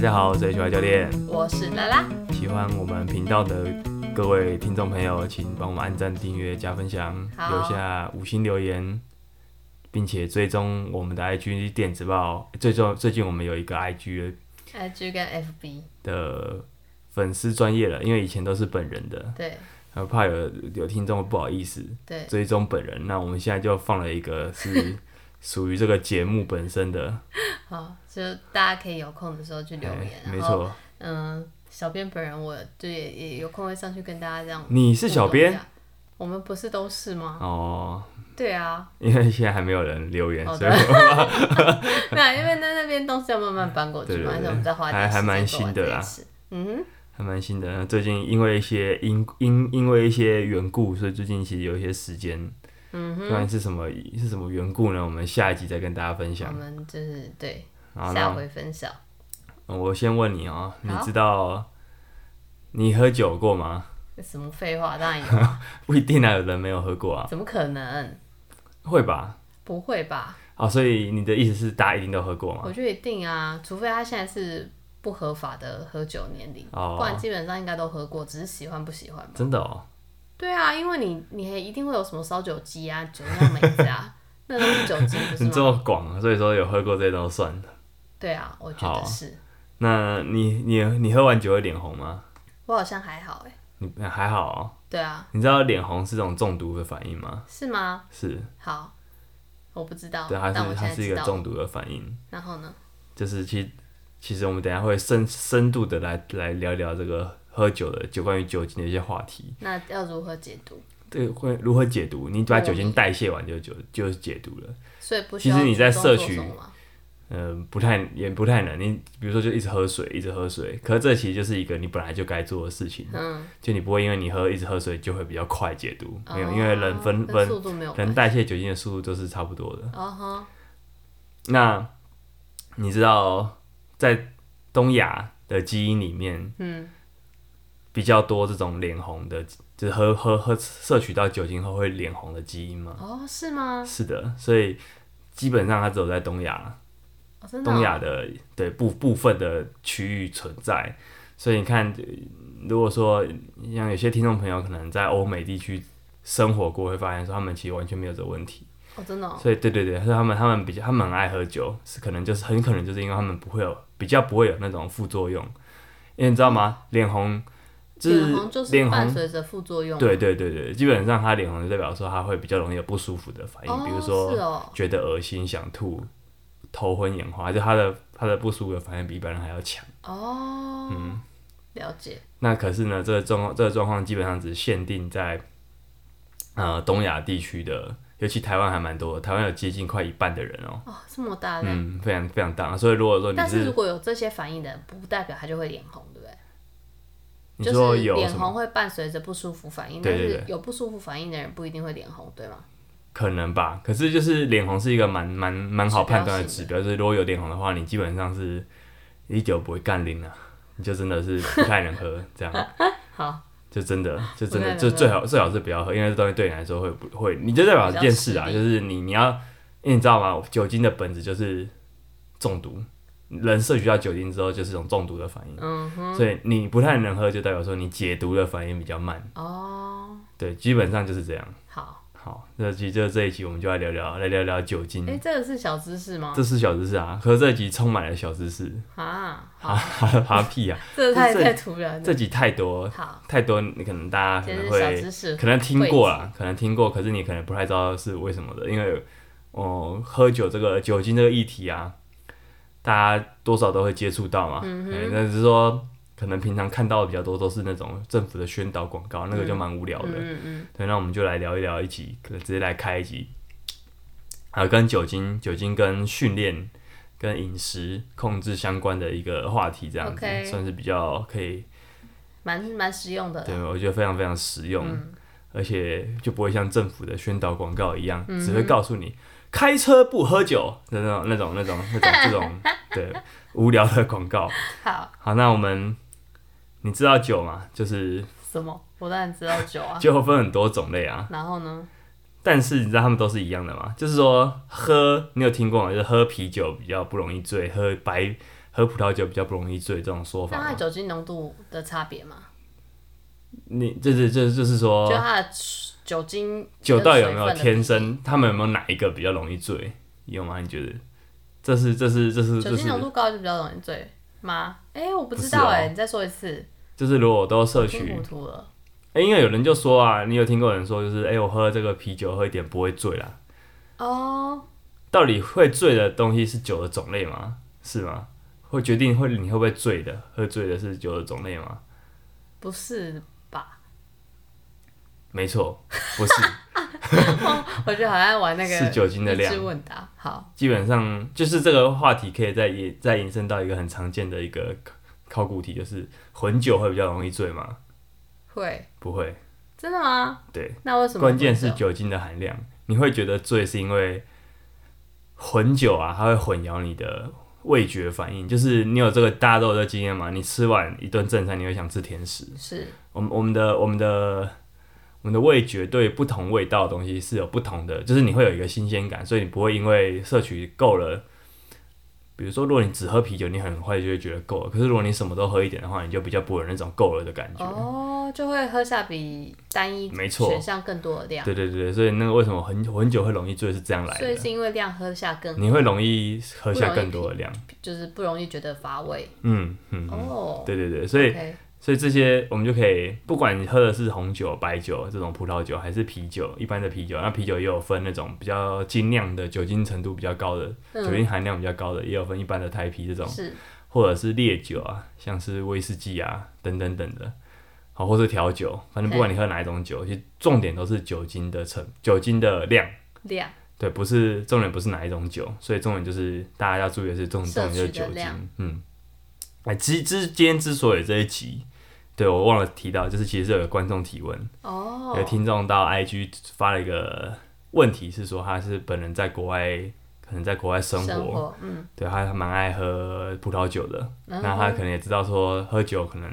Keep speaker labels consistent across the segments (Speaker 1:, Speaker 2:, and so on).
Speaker 1: 家好，我是 HY 教练。
Speaker 2: 我是拉拉，
Speaker 1: 喜欢我们频道的各位听众朋友，请帮我们按赞、订阅、加分享，
Speaker 2: 好
Speaker 1: 留下五星留言，并且追踪我们的 IG 电子报。最重最近我们有一个 IG
Speaker 2: 呃 g 跟 FB，
Speaker 1: 的粉丝专业了，因为以前都是本人的，
Speaker 2: 对
Speaker 1: 然后怕有有听众不好意思
Speaker 2: 对，
Speaker 1: 追踪本人，那我们现在就放了一个 是属于这个节目本身的，
Speaker 2: 好，就大家可以有空的时候去留言，
Speaker 1: 哎没
Speaker 2: 然后
Speaker 1: 错。
Speaker 2: 嗯，小编本人我就也也有空会上去跟大家这样互动一下。
Speaker 1: 你是小编
Speaker 2: 我们不是都是吗？
Speaker 1: 哦，
Speaker 2: 对啊，
Speaker 1: 因为现在还没有人留言，
Speaker 2: 好
Speaker 1: 所以
Speaker 2: 的
Speaker 1: 我
Speaker 2: 对啊，因为那那边东西要慢慢搬过去
Speaker 1: 对对
Speaker 2: 嘛，
Speaker 1: 对
Speaker 2: 而且我们再花一点
Speaker 1: 还
Speaker 2: 时
Speaker 1: 还
Speaker 2: 间
Speaker 1: 蛮
Speaker 2: 做完
Speaker 1: 新的
Speaker 2: 这件
Speaker 1: 啦
Speaker 2: 事。嗯
Speaker 1: 还蛮新的。最近因为一些因因因为一些缘故，所以最近其实有一些时间。嗯哼，然是什么是什么缘故呢？我们下一集再跟大家分
Speaker 2: 哼，我
Speaker 1: 享。
Speaker 2: 们就是对
Speaker 1: 然后
Speaker 2: 下
Speaker 1: 呢，
Speaker 2: 回分享。
Speaker 1: 我先问你哦、你
Speaker 2: 好
Speaker 1: 知道你喝酒过吗？
Speaker 2: 什么废话，当然有啊，
Speaker 1: 不一定啊，有人没有喝过啊，
Speaker 2: 怎么可能？
Speaker 1: 会吧？
Speaker 2: 不会吧？
Speaker 1: 哦，所以你的意思是大家一定都喝过吗？
Speaker 2: 我觉得一定啊，除非他现在是不合法的喝酒年龄，
Speaker 1: 哦
Speaker 2: 不然基本上应该都喝过，只是喜欢不喜欢吧。
Speaker 1: 真的哦，
Speaker 2: 对啊，因为你你还一定会有什么烧酒鸡啊、酒酿梅子啊， 那都是酒精，不是
Speaker 1: 你这
Speaker 2: 吗？
Speaker 1: 么广啊，所以说有喝过这些都算了。
Speaker 2: 对啊，我觉
Speaker 1: 好
Speaker 2: 得是，
Speaker 1: 那你你你喝完酒会脸红吗？
Speaker 2: 我好像还好哎、
Speaker 1: 你还好哦、
Speaker 2: 对啊，
Speaker 1: 你知道脸红是这种中毒的反应吗？
Speaker 2: 是吗？
Speaker 1: 是，
Speaker 2: 好，我不知道，
Speaker 1: 对，它
Speaker 2: 哦但我
Speaker 1: 是它
Speaker 2: 现在
Speaker 1: 是一
Speaker 2: 知
Speaker 1: 个
Speaker 2: 道了。
Speaker 1: 中毒的反应，
Speaker 2: 然后呢？
Speaker 1: 就是其其实我们等一下会深深度的来来聊聊这个喝酒的就关于酒精的一些话题，
Speaker 2: 那要如何解读？
Speaker 1: 这个会如何解毒？你把酒精代谢完就酒就是解毒了，
Speaker 2: 所以不
Speaker 1: 其
Speaker 2: 需
Speaker 1: 实
Speaker 2: 要
Speaker 1: 你在
Speaker 2: 主动
Speaker 1: 摄
Speaker 2: 做
Speaker 1: 取
Speaker 2: 什么吗
Speaker 1: 嗯、不太也不太难。你比如说就一直喝水，一直喝水，可是这其实就是一个你本来就该做的事情，
Speaker 2: 嗯，
Speaker 1: 就你不会因为你喝一直喝水就会比较快解毒，没有，
Speaker 2: 哦
Speaker 1: 因为人分
Speaker 2: 跟
Speaker 1: 分
Speaker 2: 速度没有关
Speaker 1: 人
Speaker 2: 系。
Speaker 1: 代谢酒精的速度都是差不多的。
Speaker 2: 哦哈，
Speaker 1: 那你知道在东亚的基因里面
Speaker 2: 嗯，
Speaker 1: 比较多这种脸红的，就是喝喝喝摄取到酒精后会脸红的基因吗？
Speaker 2: 哦，是吗？
Speaker 1: 是的，所以基本上它只有在东亚
Speaker 2: 哦、真的哦、
Speaker 1: 东亚的对部部分的区域存在。所以你看，呃如果说像有些听众朋友可能在欧美地区生活过，会发现说他们其实完全没有这个问题。
Speaker 2: 哦，真的、哦，
Speaker 1: 所以对对对，所以他们他们比较他们很爱喝酒，是可能就是很可能就是因为他们不会有比较不会有那种副作用，因为你知道吗？脸红就是
Speaker 2: 脸红就是
Speaker 1: 脸
Speaker 2: 伴
Speaker 1: 红，
Speaker 2: 随着副作用嘛。
Speaker 1: 对对对对，基本上他脸红就代表说他会比较容易有不舒服的反应，
Speaker 2: 哦，
Speaker 1: 比如说
Speaker 2: 是哦，
Speaker 1: 觉得恶心、想吐、头昏眼花，就他的他的不舒服的反应比一般人还要强。
Speaker 2: 哦，
Speaker 1: 嗯
Speaker 2: 了解，
Speaker 1: 那可是呢，这个状况这个状况基本上只限定在呃东亚地区的，尤其台湾还蛮多的，台湾有接近快一半的人哦、
Speaker 2: 哦，这么大的。
Speaker 1: 嗯，非常非常大。所以如果说你
Speaker 2: 但
Speaker 1: 是
Speaker 2: 是如果有这些反应的，不代表他就会脸红，对不对？
Speaker 1: 你
Speaker 2: 就
Speaker 1: 说
Speaker 2: 是
Speaker 1: 有
Speaker 2: 脸
Speaker 1: 什么
Speaker 2: 红会伴随着不舒服反应，
Speaker 1: 对对
Speaker 2: 但是有不舒服反应的人不一定会脸红，对吗？
Speaker 1: 可能吧，可是就是脸红是一个蛮蛮蛮好判断的指
Speaker 2: 指
Speaker 1: 标，就是如果有脸红的话，你基本上是一酒不会干零了、你就真的是不太能喝这样。
Speaker 2: 好，
Speaker 1: 就真的，就真的，
Speaker 2: 不太能喝
Speaker 1: 就最好最好是不要喝，因为这东西对你来说会不会，你就代表一件事啊，
Speaker 2: 比较吃力
Speaker 1: 就是你你要，因为你知道吗？酒精的本质就是中毒，人摄取到酒精之后就是一种中毒的反应，
Speaker 2: 嗯哼，
Speaker 1: 所以你不太能喝，就代表说你解毒的反应比较慢，
Speaker 2: 哦，
Speaker 1: 对，基本上就是这样。
Speaker 2: 好，
Speaker 1: 好，那其实就这一集我们就来聊聊，来聊聊酒精。
Speaker 2: 哎、这个是小知识吗？
Speaker 1: 嗯这是小知识啊，可是这一集充满了小知识，
Speaker 2: 啊，
Speaker 1: 哈
Speaker 2: 好，
Speaker 1: 哈哈屁 啊！
Speaker 2: 这个太
Speaker 1: 这
Speaker 2: 太突然了。
Speaker 1: 这集太多
Speaker 2: 好，
Speaker 1: 太多，你可能大家可
Speaker 2: 今天
Speaker 1: 能
Speaker 2: 是小
Speaker 1: 会
Speaker 2: 知识，
Speaker 1: 可能听过啦，可能听过，可是你可能不太知道是为什么的，因为哦，喝酒这个酒精这个议题啊，大家多少都会接触到嘛。嗯那只是说，可能平常看到的比较多都是那种政府的宣导广告，那个就蛮无聊的。
Speaker 2: 嗯嗯
Speaker 1: 对，那我们就来聊一聊一集，可能直接来开一集，呃，跟酒精、酒精跟训练、跟饮食控制相关的一个话题，这样子
Speaker 2: OK
Speaker 1: 算是比较可以，
Speaker 2: 嗯，蛮蛮实用的啦。
Speaker 1: 对我觉得非常非常实用，而且就不会像政府的宣导广告一样，只会告诉你开车不喝酒的那种、那种、那种、那种这种对无聊的广告。
Speaker 2: 好，
Speaker 1: 好，那我们你知道酒吗？就是
Speaker 2: 什么？我当然知道酒啊。
Speaker 1: 酒分很多种类啊，
Speaker 2: 然后呢？
Speaker 1: 但是你知道他们都是一样的吗？就是说喝，你有听过吗？就是喝啤酒比较不容易醉，喝白喝葡萄酒比较不容易醉这种说法
Speaker 2: 那它
Speaker 1: 吗。
Speaker 2: 酒精浓度的差别嘛，
Speaker 1: 你这这这就是说
Speaker 2: 就，它的酒精
Speaker 1: 哦酒到底有
Speaker 2: 跟
Speaker 1: 没有
Speaker 2: 水分的比
Speaker 1: 天生？他们有没有哪一个比较容易醉？有吗？你觉得？这是这是这是
Speaker 2: 酒
Speaker 1: 这
Speaker 2: 精
Speaker 1: 是
Speaker 2: 浓度高就比较容易醉吗？哎、我不知
Speaker 1: 不
Speaker 2: 道
Speaker 1: 是哦
Speaker 2: 哎、你再说一次，
Speaker 1: 就是如果都摄取
Speaker 2: 听糊涂了。
Speaker 1: 哎、因为有人就说啊，你有听过有人说，就是哎、我喝这个啤酒喝一点不会醉啦。
Speaker 2: 哦，
Speaker 1: 到底会醉的东西是酒的种类吗？是吗？会决定会你会不会醉的，喝醉的是酒的种类吗？
Speaker 2: 不是吧？
Speaker 1: 没错，不是，
Speaker 2: 我觉得好像 玩那个
Speaker 1: 是酒精的量
Speaker 2: 益智问答。好，
Speaker 1: 基本上就是这个话题可以再也再延伸到一个很常见的一个考考古题，就是混酒会比较容易醉吗？
Speaker 2: 会
Speaker 1: 不会，
Speaker 2: 真的吗？
Speaker 1: 对，
Speaker 2: 那为什么
Speaker 1: 关键
Speaker 2: 会这
Speaker 1: 是
Speaker 2: 样
Speaker 1: 酒精的含量，你会觉得醉是因为混酒啊，它会混淆你的味觉反应。就是你有这个大家都有这个经验嘛，你吃完一顿正餐，你会想吃甜食。
Speaker 2: 是
Speaker 1: 我们我们的我们的我们的味觉对不同味道的东西是有不同的，就是你会有一个新鲜感，所以你不会因为摄取够了。比如说，如果你只喝啤酒，你很快就会觉得够了。可是如果你什么都喝一点的话，你就比较不会有那种够了的感觉。
Speaker 2: 哦，就会喝下比单一
Speaker 1: 没错
Speaker 2: 选项更多的量，
Speaker 1: 对对对，对所以那个为什么很很久会容易醉是这样来
Speaker 2: 所以
Speaker 1: 的，
Speaker 2: 是因为量喝下更
Speaker 1: 你会容易喝下更多的量。
Speaker 2: 就是不容易觉得乏味。
Speaker 1: 嗯嗯，
Speaker 2: 哦，
Speaker 1: 对对对，所以
Speaker 2: OK，
Speaker 1: 所以这些我们就可以，不管你喝的是红酒、白酒这种葡萄酒，还是啤酒一般的啤酒，那啤酒也有分那种比较精酿的，酒精程度比较高的，酒
Speaker 2: 嗯，
Speaker 1: 精含量比较高的，也有分一般的台啤这种，
Speaker 2: 是
Speaker 1: 或者是烈酒啊，像是威士忌啊等等等的。好，或是调酒，反正不管你喝哪一种酒，其实重点都是酒精的成酒精的量。
Speaker 2: 量
Speaker 1: 对，不是重点不是哪一种酒，所以重点就是大家要注意的是重
Speaker 2: 摄
Speaker 1: 重点就是
Speaker 2: 取
Speaker 1: 酒
Speaker 2: 的
Speaker 1: 精
Speaker 2: 量。
Speaker 1: 嗯，哎，之之今天之所以这一集，对我忘了提到，就是其实是有观众提问，
Speaker 2: 哦
Speaker 1: 有，听众到 IG 发了一个问题，是说他是本人在国外，可能在国外生活，
Speaker 2: 生活，嗯，
Speaker 1: 对他还蛮爱喝葡萄酒的，
Speaker 2: 嗯
Speaker 1: 那他可能也知道说喝酒可能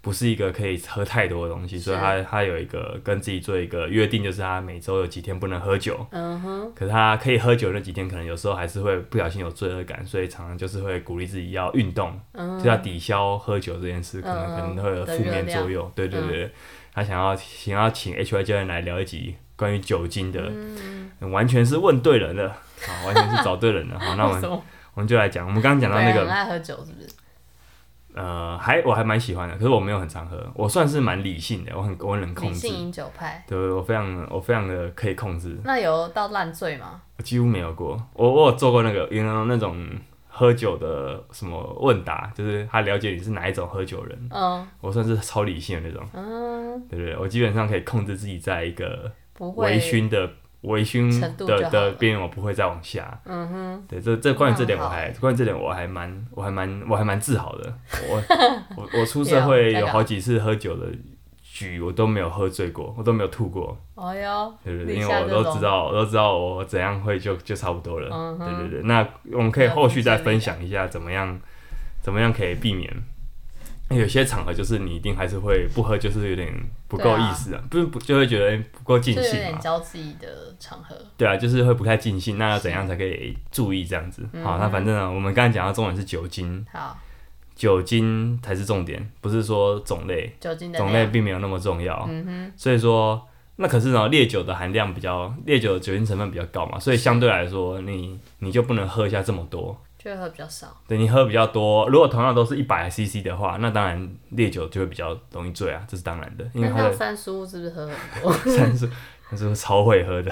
Speaker 1: 不是一个可以喝太多的东西，所以
Speaker 2: 是
Speaker 1: 他他有一个跟自己做一个约定，就是他每周有几天不能喝酒。
Speaker 2: 嗯哼，
Speaker 1: 可是他可以喝酒那几天，可能有时候还是会不小心有罪恶感，所以常常就是会鼓励自己要运动，
Speaker 2: 嗯
Speaker 1: 就要抵消喝酒这件事，可能
Speaker 2: 嗯嗯
Speaker 1: 可能会有负面作用。对
Speaker 2: 嗯
Speaker 1: 对对，他想要想要请 H Y 教练来聊一集关于酒精的，
Speaker 2: 嗯
Speaker 1: 完全是问对人了，好，完全是找对人了。好，那我
Speaker 2: 为什
Speaker 1: 们
Speaker 2: 么
Speaker 1: 我们就来讲，我们刚刚嗯讲到那
Speaker 2: 本啊人很
Speaker 1: 个，
Speaker 2: 爱喝酒，是不是？
Speaker 1: 呃，还我还蛮喜欢的，可是我没有很常喝，我算是蛮理性的，我很我很能控
Speaker 2: 理
Speaker 1: 制
Speaker 2: 性，饮酒派，
Speaker 1: 对我非常我非常的可以控制。
Speaker 2: 那有到烂醉吗？
Speaker 1: 我几乎没有过。我我有做过那个，有那种喝酒的什么问答，就是他了解你是哪一种喝酒人。
Speaker 2: 嗯
Speaker 1: 我算是超理性的那种，
Speaker 2: 嗯，
Speaker 1: 对不对？我基本上可以控制自己在一个
Speaker 2: 不会
Speaker 1: 微醺的微醺
Speaker 2: 程度就
Speaker 1: 的
Speaker 2: 好了
Speaker 1: 的边缘，我不会再往下。
Speaker 2: 嗯哼，
Speaker 1: 对，这这关于这点
Speaker 2: 那
Speaker 1: 我
Speaker 2: 很好
Speaker 1: 还关于这点我还蛮我还蛮我还蛮自豪的。 我我我出社会
Speaker 2: 有
Speaker 1: 有好几次喝酒的局，我都没有喝醉过，我都没有吐过。
Speaker 2: 哎呦，
Speaker 1: 对对对，
Speaker 2: 立
Speaker 1: 因
Speaker 2: 下
Speaker 1: 为我
Speaker 2: 这
Speaker 1: 都
Speaker 2: 种
Speaker 1: 知道，我都知道我怎样会就就差不多了。
Speaker 2: 嗯哼
Speaker 1: 对对对，那我们可以后续再分享一下怎么样怎么样可以避免。有些场合就是你一定还是会不喝，就是有点不够意思啊，不是不就会觉得哎不够尽
Speaker 2: 这有
Speaker 1: 兴
Speaker 2: 点
Speaker 1: 嘛。
Speaker 2: 交际的场合，
Speaker 1: 对啊，就是会不太尽兴，那要怎样才可以注意这样子？
Speaker 2: 嗯
Speaker 1: 好，那反正呢，我们刚才讲到重点是酒精，
Speaker 2: 好，
Speaker 1: 酒精才是重点，不是说种类。
Speaker 2: 酒精的
Speaker 1: 种类
Speaker 2: 量嗯
Speaker 1: 并没有那么重要。所以说，那可是呢，烈酒的含量比较，烈酒的酒精成分比较高嘛，所以相对来说，你你就不能喝下这么多。
Speaker 2: 就会喝比较少，
Speaker 1: 对你喝比较多，如果同样都是一百 CC 的话，那当然烈酒就会比较容易醉啊，这是当然的，因为
Speaker 2: 那
Speaker 1: 它
Speaker 2: 像
Speaker 1: 的
Speaker 2: 三叔是不是喝很 多？
Speaker 1: 三是他是超会喝的。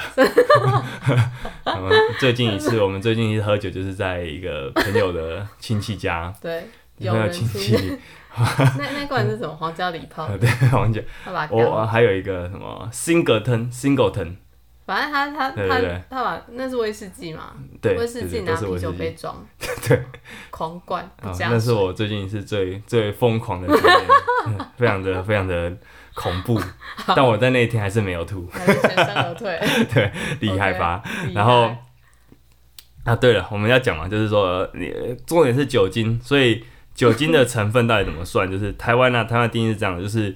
Speaker 1: 我们最近一次，我们最近一次喝酒就是在一个朋友的亲戚家，
Speaker 2: 对， 有
Speaker 1: 朋友
Speaker 2: 人
Speaker 1: 亲
Speaker 2: 出
Speaker 1: 戚，
Speaker 2: 那那罐是什么？黄椒礼炮，
Speaker 1: 呃对， 王 姐，
Speaker 2: 他把它
Speaker 1: 我、
Speaker 2: 干
Speaker 1: 哦、还有一个什么 singleton，singleton，
Speaker 2: 反正他他
Speaker 1: 对
Speaker 2: 他
Speaker 1: 对对
Speaker 2: 他把那是威士忌嘛，
Speaker 1: 对，
Speaker 2: 威士忌
Speaker 1: 对对
Speaker 2: 拿
Speaker 1: 都是
Speaker 2: 啤
Speaker 1: 威士
Speaker 2: 酒
Speaker 1: 忌
Speaker 2: 杯装，
Speaker 1: 对，
Speaker 2: 狂灌不
Speaker 1: 啊，
Speaker 2: 加
Speaker 1: 那是
Speaker 2: 水，
Speaker 1: 我最近是最最疯狂的经验，嗯非常的非常的恐怖。但我在那一天还是没有吐，
Speaker 2: 还是全身而退，
Speaker 1: 厉害吧？
Speaker 2: 厉
Speaker 1: 然后
Speaker 2: 害
Speaker 1: 啊，对了，我们要讲嘛，就是说，呃你呃重点是酒精，所以酒精的成分到底怎么算？就是台湾啊，台湾定义是这样的，就是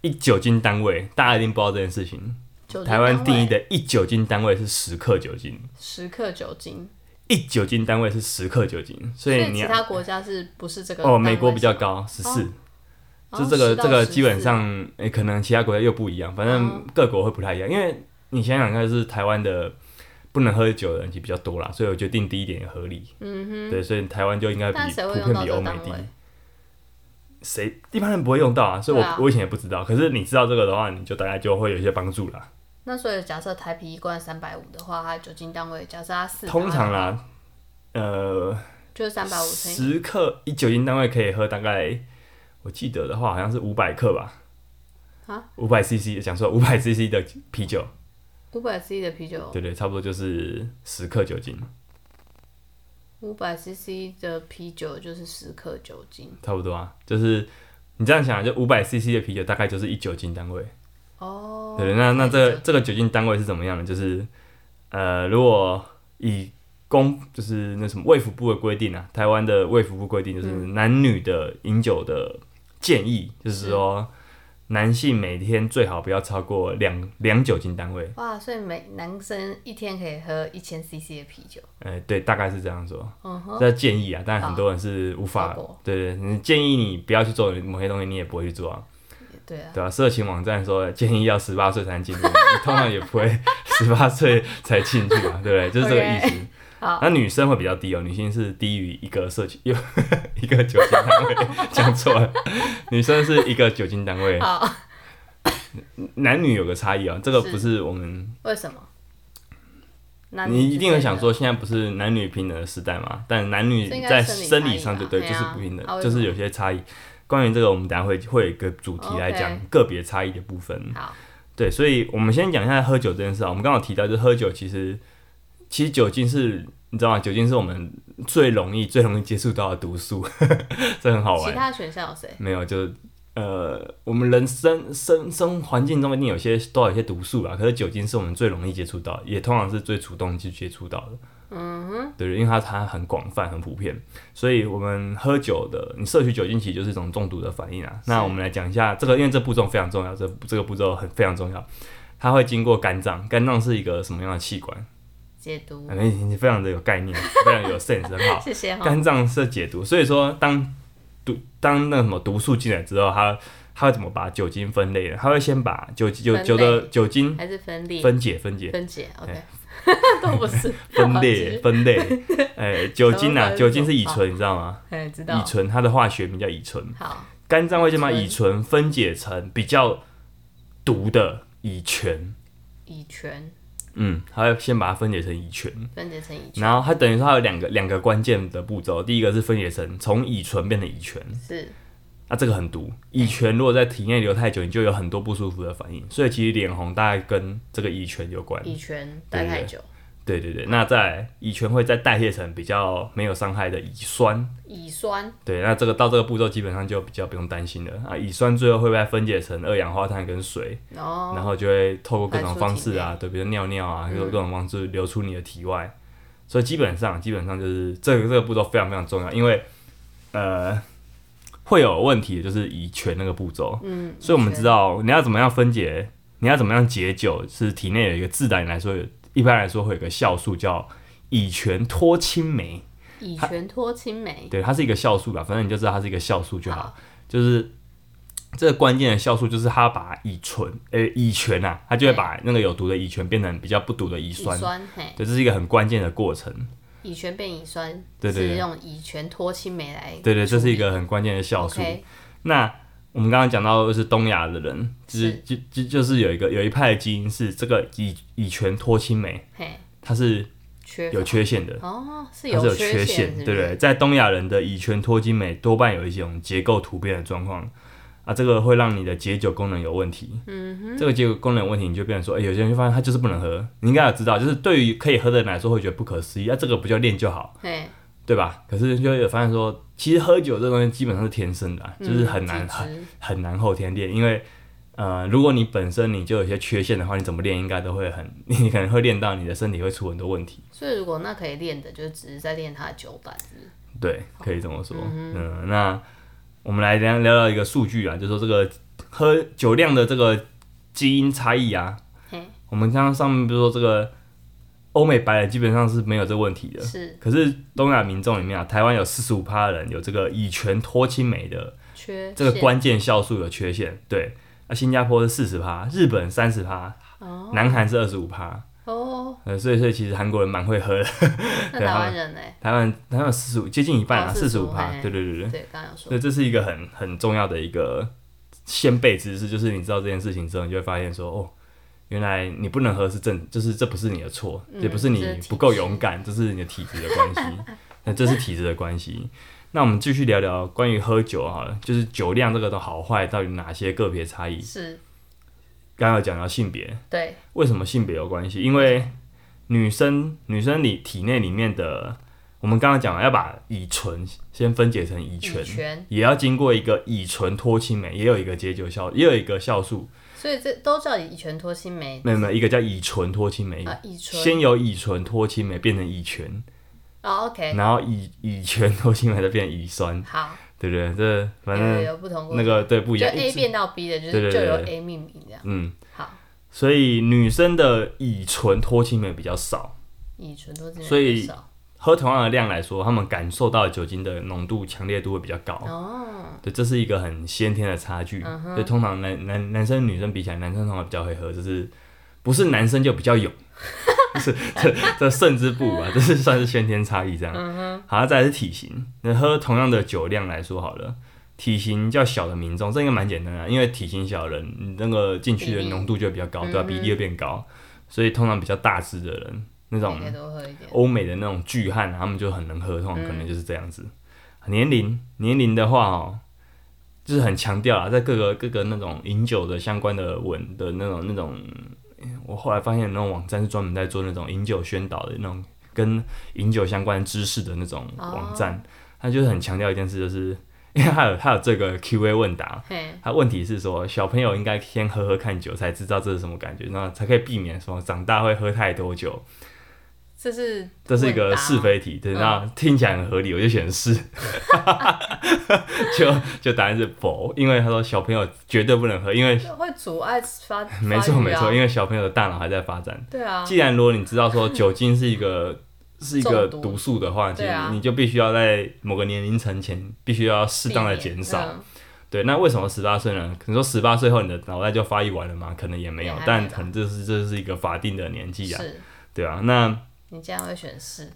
Speaker 1: 一酒精单位，大家一定不知道这件事情。
Speaker 2: 酒精
Speaker 1: 台湾定义
Speaker 2: 单位
Speaker 1: 的一酒精单位是十克酒精，
Speaker 2: 十克酒精，
Speaker 1: 一酒精单位是十克酒精，所
Speaker 2: 所
Speaker 1: 以你
Speaker 2: 其他国家是不是这个单位
Speaker 1: 哦，
Speaker 2: 是？
Speaker 1: 美国比较高，十四、
Speaker 2: 哦，
Speaker 1: 就这个
Speaker 2: 10到
Speaker 1: 这个
Speaker 2: 14
Speaker 1: 基本上，诶、可能其他国家又不一样，反正
Speaker 2: 哦
Speaker 1: 各国会不太一样。因为你想想看，就是台湾的不能喝酒的人其实比较多啦，所以我决定低一点也合理。嗯哼，对，所以台湾就应该比
Speaker 2: 但谁
Speaker 1: 普
Speaker 2: 会
Speaker 1: 遍
Speaker 2: 用到
Speaker 1: 比
Speaker 2: 这
Speaker 1: 欧
Speaker 2: 个
Speaker 1: 美
Speaker 2: 单
Speaker 1: 低
Speaker 2: 位。
Speaker 1: 谁一般人不会用到啊，所以我、
Speaker 2: 对啊
Speaker 1: 我以前也不知道。可是你知道这个的话，你就大概就会有一些帮助啦。
Speaker 2: 那所以假设台啤一罐三百五的话，它酒精单位假设它四，
Speaker 1: 通常啦，呃，
Speaker 2: 就是三百五乘以
Speaker 1: 十克以酒精单位可以喝大概，我记得的话好像是五百克吧。
Speaker 2: 啊，
Speaker 1: 五百 CC，讲说五百 CC 的啤酒，
Speaker 2: 五百 CC 的啤酒，
Speaker 1: 对对，差不多就是十克酒精，
Speaker 2: 五百 CC 的啤酒就是十克酒精
Speaker 1: 差不多啊。就是你这样想，啊就五百 CC 的啤酒大概就是一酒精单位。
Speaker 2: 哦。
Speaker 1: 对，那那
Speaker 2: 一
Speaker 1: 这个
Speaker 2: 酒
Speaker 1: 这个酒精单位是怎么样的？就是呃，如果以公就是那什么卫福部的规定啊，台湾的卫福部规定就是男女的饮酒的建议，就是说男性每天最好不要超过两两酒精单位。
Speaker 2: 哇，所以每男生一天可以喝一千 CC 的啤酒，
Speaker 1: 呃，对，大概是这样说。
Speaker 2: 嗯哼，
Speaker 1: 这建议啊，但很多人是无法
Speaker 2: 效果，
Speaker 1: 对对，你建议你不要去做某些东西，你也不会去做啊。
Speaker 2: 对啊，
Speaker 1: 对啊，色情网站说建议要十八岁才能进入，你通常也不会 十八岁才进去嘛，对不对？就是这个意思。
Speaker 2: 好
Speaker 1: 那女生会比较低哦，女性是低于一个色情，又 一个酒精单位，讲错了，女生是一个酒精单位，
Speaker 2: 好，
Speaker 1: 男女有个差异哦，这个
Speaker 2: 是
Speaker 1: 不是我们，
Speaker 2: 为什么？那
Speaker 1: 你一定会想，说，现在不是男女平等的时代嘛？但男女
Speaker 2: 这应
Speaker 1: 在
Speaker 2: 该是
Speaker 1: 生
Speaker 2: 生
Speaker 1: 理
Speaker 2: 理差异吧
Speaker 1: 上就对，
Speaker 2: 对
Speaker 1: 就
Speaker 2: 啊
Speaker 1: 是不平
Speaker 2: 啊
Speaker 1: 等，
Speaker 2: 为
Speaker 1: 就是
Speaker 2: 什么
Speaker 1: 有些差异。关于这个，我们等一下会会有一个主题来讲
Speaker 2: OK
Speaker 1: 个别差异的部分。
Speaker 2: 好，
Speaker 1: 对，所以我们先讲一下喝酒这件事啊。我们刚刚有提到，就是喝酒其实其实酒精是，你知道吗？酒精是我们最容易最容易接触到的毒素， 这很好
Speaker 2: 其
Speaker 1: 玩。
Speaker 2: 他选项有谁？
Speaker 1: 没有，就呃，我们人生生生环境中一定有些都有一些毒素啊啦。可是酒精是我们最容易接触到，也通常是最主动去接触到的。嗯哼，对，因为它它很广泛、很普遍，所以我们喝酒的，你摄取酒精其实就是一种中毒的反应啊。那我们来讲一下这个，因为这步骤非常重要，这这个步骤很非常重要。它会经过肝脏，肝脏是一个什么样的器官？
Speaker 2: 解毒
Speaker 1: 反，正你非常的有概念，非常有 sense，很好。
Speaker 2: 谢谢哈。
Speaker 1: 肝脏是解毒，所以说当毒当那个什么毒素进来之后，它它会怎么把酒精分类呢？它会先把酒酒
Speaker 2: 分类
Speaker 1: 酒的酒精
Speaker 2: 还是分裂、
Speaker 1: 分解分解
Speaker 2: 分解，OK，
Speaker 1: 哎
Speaker 2: 都不是
Speaker 1: 分
Speaker 2: 好继
Speaker 1: 类
Speaker 2: 续
Speaker 1: 分类，哎，酒精
Speaker 2: 哦然
Speaker 1: 啊，
Speaker 2: 后
Speaker 1: 酒精是
Speaker 2: 分
Speaker 1: 乙醇，你知道吗？
Speaker 2: 哎，知
Speaker 1: 乙
Speaker 2: 道。
Speaker 1: 醇它的化学名叫乙醇，
Speaker 2: 好，
Speaker 1: 肝脏会先把
Speaker 2: 乙醇
Speaker 1: 乙醇分解成比较毒的乙醛，
Speaker 2: 乙醛
Speaker 1: 嗯，它会先把它分解成乙醛。
Speaker 2: 分解成乙醛
Speaker 1: 然后它等于说它有两个两个关键的步骤，第一个是分解成从乙醇变成乙醛，
Speaker 2: 是
Speaker 1: 那、这个很毒。乙醛如果在体内留太久，你就有很多不舒服的反应，所以其实脸红大概跟这个乙醛有关。
Speaker 2: 乙醛待太久，
Speaker 1: 对对对，那在乙醛会再代谢成比较没有伤害的乙酸。
Speaker 2: 乙酸
Speaker 1: 对，那这个到这个步骤基本上就比较不用担心了啊。乙酸最后会被分解成二氧化碳跟水，
Speaker 2: 哦，
Speaker 1: 然后就会透过各种
Speaker 2: 排出
Speaker 1: 方式
Speaker 2: 体内嗯
Speaker 1: 啊，对，比如尿尿啊，各各种方式流出你的体外。所以基本上基本上就是这个这个步骤非常非常重要，因为呃会有问题，就是乙醛那个步骤。
Speaker 2: 嗯，
Speaker 1: 所以我们知
Speaker 2: 道
Speaker 1: 道你要怎么样分解，你要怎么样解酒，是体内有一个自然来说有，一般来说会有一个酵素叫乙醛脱氢酶，
Speaker 2: 乙醛脱氢酶，
Speaker 1: 对，它是一个酵素吧，反正你就知道它是一个酵素就好。
Speaker 2: 好
Speaker 1: 就是这个关键的酵素，就是它把乙醇，呃、乙醛啊，它就会把那个有毒的乙醛变成比较不毒的乙
Speaker 2: 乙
Speaker 1: 酸，
Speaker 2: 酸嘿，
Speaker 1: 对，这是一个很关键的过程。
Speaker 2: 乙醛变乙酸，
Speaker 1: 对对对
Speaker 2: 是用乙醛脱氢酶来，
Speaker 1: 对对，这是一个很关键的酵素。
Speaker 2: OK，
Speaker 1: 那我们刚刚讲到的是东亚的人，就是
Speaker 2: 是
Speaker 1: 就就就是有一个有一派的基因是这个乙乙醛脱氢酶，
Speaker 2: 嘿，
Speaker 1: 它是
Speaker 2: 缺
Speaker 1: 有缺陷的，
Speaker 2: 哦，是
Speaker 1: 它是有
Speaker 2: 缺
Speaker 1: 陷，
Speaker 2: 是不
Speaker 1: 对不
Speaker 2: 是
Speaker 1: 对？？在东亚人的乙醛脱氢酶多半有一种结构突变的状况啊，这个会让你的解酒功能有问题。嗯哼，这个解酒功能有问题，你就变成说，哎、有些人就发现他就是不能喝。你应该有知道，就是对于可以喝的人来说，会觉得不可思议，啊，这个不就练就好，
Speaker 2: 嘿，
Speaker 1: 对吧？可是就有发现说，其实喝酒这东西基本上是天生的啊、就是很难
Speaker 2: 嗯
Speaker 1: 很
Speaker 2: 体质
Speaker 1: 很难后天练，因为。呃，如果你本身你就有一些缺陷的话，你怎么练应该都会很，你可能会练到你的身体会出很多问题。
Speaker 2: 所以如果那可以练的，就只是在练它的酒胆，是不是
Speaker 1: 对，可以这么说。嗯那我们来聊聊聊一个数据啊，就是说这个喝酒量的这个基因差异啊。
Speaker 2: 嘿，
Speaker 1: 我们刚刚上面不是说这个欧美白人基本上是没有这问题的。
Speaker 2: 是
Speaker 1: 可是东亚民众里面啊，台湾有四十五趴人有这个以权托亲美的
Speaker 2: 缺
Speaker 1: 这个
Speaker 2: 陷
Speaker 1: 关键酵素有缺陷，对。那、新加坡是四十趴，日本三十趴，
Speaker 2: 哦
Speaker 1: 南韩是二十五趴，
Speaker 2: 哦，
Speaker 1: 呃，所以所以其实韩国人蛮会喝的，
Speaker 2: 那
Speaker 1: 对啊
Speaker 2: 台
Speaker 1: 他
Speaker 2: 湾
Speaker 1: 们
Speaker 2: 人呢？
Speaker 1: 台湾台湾四十五接近一半啊，
Speaker 2: 哦
Speaker 1: 四十五
Speaker 2: 45
Speaker 1: 趴，
Speaker 2: 嘿
Speaker 1: 对对对对，
Speaker 2: 对，刚刚有说
Speaker 1: 所以这是一个很很重要的一个先辈知识，就是你知道这件事情之后，你就会发现说，哦，原来你不能喝是正，就是这不是你的错，
Speaker 2: 嗯
Speaker 1: 也不是你
Speaker 2: 这是体质
Speaker 1: 不够勇敢，这是你的体质的关系， 那这是体质的关系。那我们继续聊聊关于喝酒好了，就是酒量这个的好坏到底哪些个别差异？
Speaker 2: 是，
Speaker 1: 刚刚有讲到性别，
Speaker 2: 对，
Speaker 1: 为什么性别有关系？因为女生女生里体内里面的，我们刚刚讲了要把乙醇先分解成乙醛
Speaker 2: 乙，醛，
Speaker 1: 也要经过一个乙醇脱氢酶，也有一个解酒酵，也有一个酵素，
Speaker 2: 所以这都叫乙醛脱氢酶
Speaker 1: 没有没有一个叫乙醇脱氢酶，
Speaker 2: 啊，乙醇。
Speaker 1: 先由乙醇脱氢酶变成乙醛，
Speaker 2: 哦，OK，
Speaker 1: 然后乙乙醛脱氢酶再变成乙酸，
Speaker 2: 好，
Speaker 1: 对不对？这
Speaker 2: 有
Speaker 1: 反
Speaker 2: 有
Speaker 1: 正
Speaker 2: 有不同过
Speaker 1: 那个对不一
Speaker 2: 就
Speaker 1: 样，一
Speaker 2: A
Speaker 1: 直
Speaker 2: 变到 B 的，就
Speaker 1: 对对
Speaker 2: 是就由
Speaker 1: 对
Speaker 2: A 命名这样。
Speaker 1: 嗯，
Speaker 2: 好，
Speaker 1: 所以女生的乙醇脱氢酶比较少。
Speaker 2: 乙醇脱氢酶
Speaker 1: 所以
Speaker 2: 比较少
Speaker 1: 喝同样的量来说，他们感受到的酒精的浓度强烈度会比较高。
Speaker 2: 哦，
Speaker 1: 对，这是一个很先天的差距。
Speaker 2: 嗯
Speaker 1: 所以通常男男男生女生比起来，男生通常比较会喝，就是不是男生就比较 勇，就是这这甚至不啊，这是算是先天差异这样。
Speaker 2: 嗯
Speaker 1: 好，再来是体型。那喝同样的酒量来说好了，体型较小的民众，这应该蛮简单的，啊因为体型小的人，你那个进去的
Speaker 2: 比例嗯
Speaker 1: 浓度就会比较高，对吧、啊比例会变高，所以通常比较大只的人，那种
Speaker 2: 你可以多喝一点。
Speaker 1: 欧美的那种巨汉、啊，他们就很能喝，通常可能就是这样子。年龄年龄的话哦，就是很强调啊，在各个各个那种饮酒的相关的文的那种那种，我后来发现有那种网站是专门在做那种饮酒宣导的那种跟饮酒相关知识的那种网站，它就是很强调一件事，就是 因为它有它有这个 Q&A 问答。
Speaker 2: 嘿，
Speaker 1: 它问题是说，小朋友应该先喝喝看酒，才知道这是什么感觉，那才可以避免说长大会喝太多酒。
Speaker 2: 这是
Speaker 1: 这是一个
Speaker 2: 问答
Speaker 1: 是非题，对，那听起来很合理，我就选是， 就就答案是否，因为他说小朋友绝对不能喝，因为
Speaker 2: 会阻碍发，
Speaker 1: 没错
Speaker 2: 发育啊
Speaker 1: 没错，因为小朋友的大脑还在发展。
Speaker 2: 对啊，
Speaker 1: 既然如果你知道说酒精是一个是一个
Speaker 2: 中毒
Speaker 1: 毒素的话，其
Speaker 2: 对
Speaker 1: 实
Speaker 2: 啊
Speaker 1: 你就必须要在某个年龄层前必须要适当的
Speaker 2: 避免
Speaker 1: 减少。
Speaker 2: 嗯
Speaker 1: 对，那为什么十八岁呢？可能说十八岁后你的脑袋就发育完了吗？可能也没有
Speaker 2: 也还，没
Speaker 1: 但
Speaker 2: 吧
Speaker 1: 可能这是这是一个法定的年纪啊，
Speaker 2: 嗯是，
Speaker 1: 对啊，那。
Speaker 2: 你竟然会选是，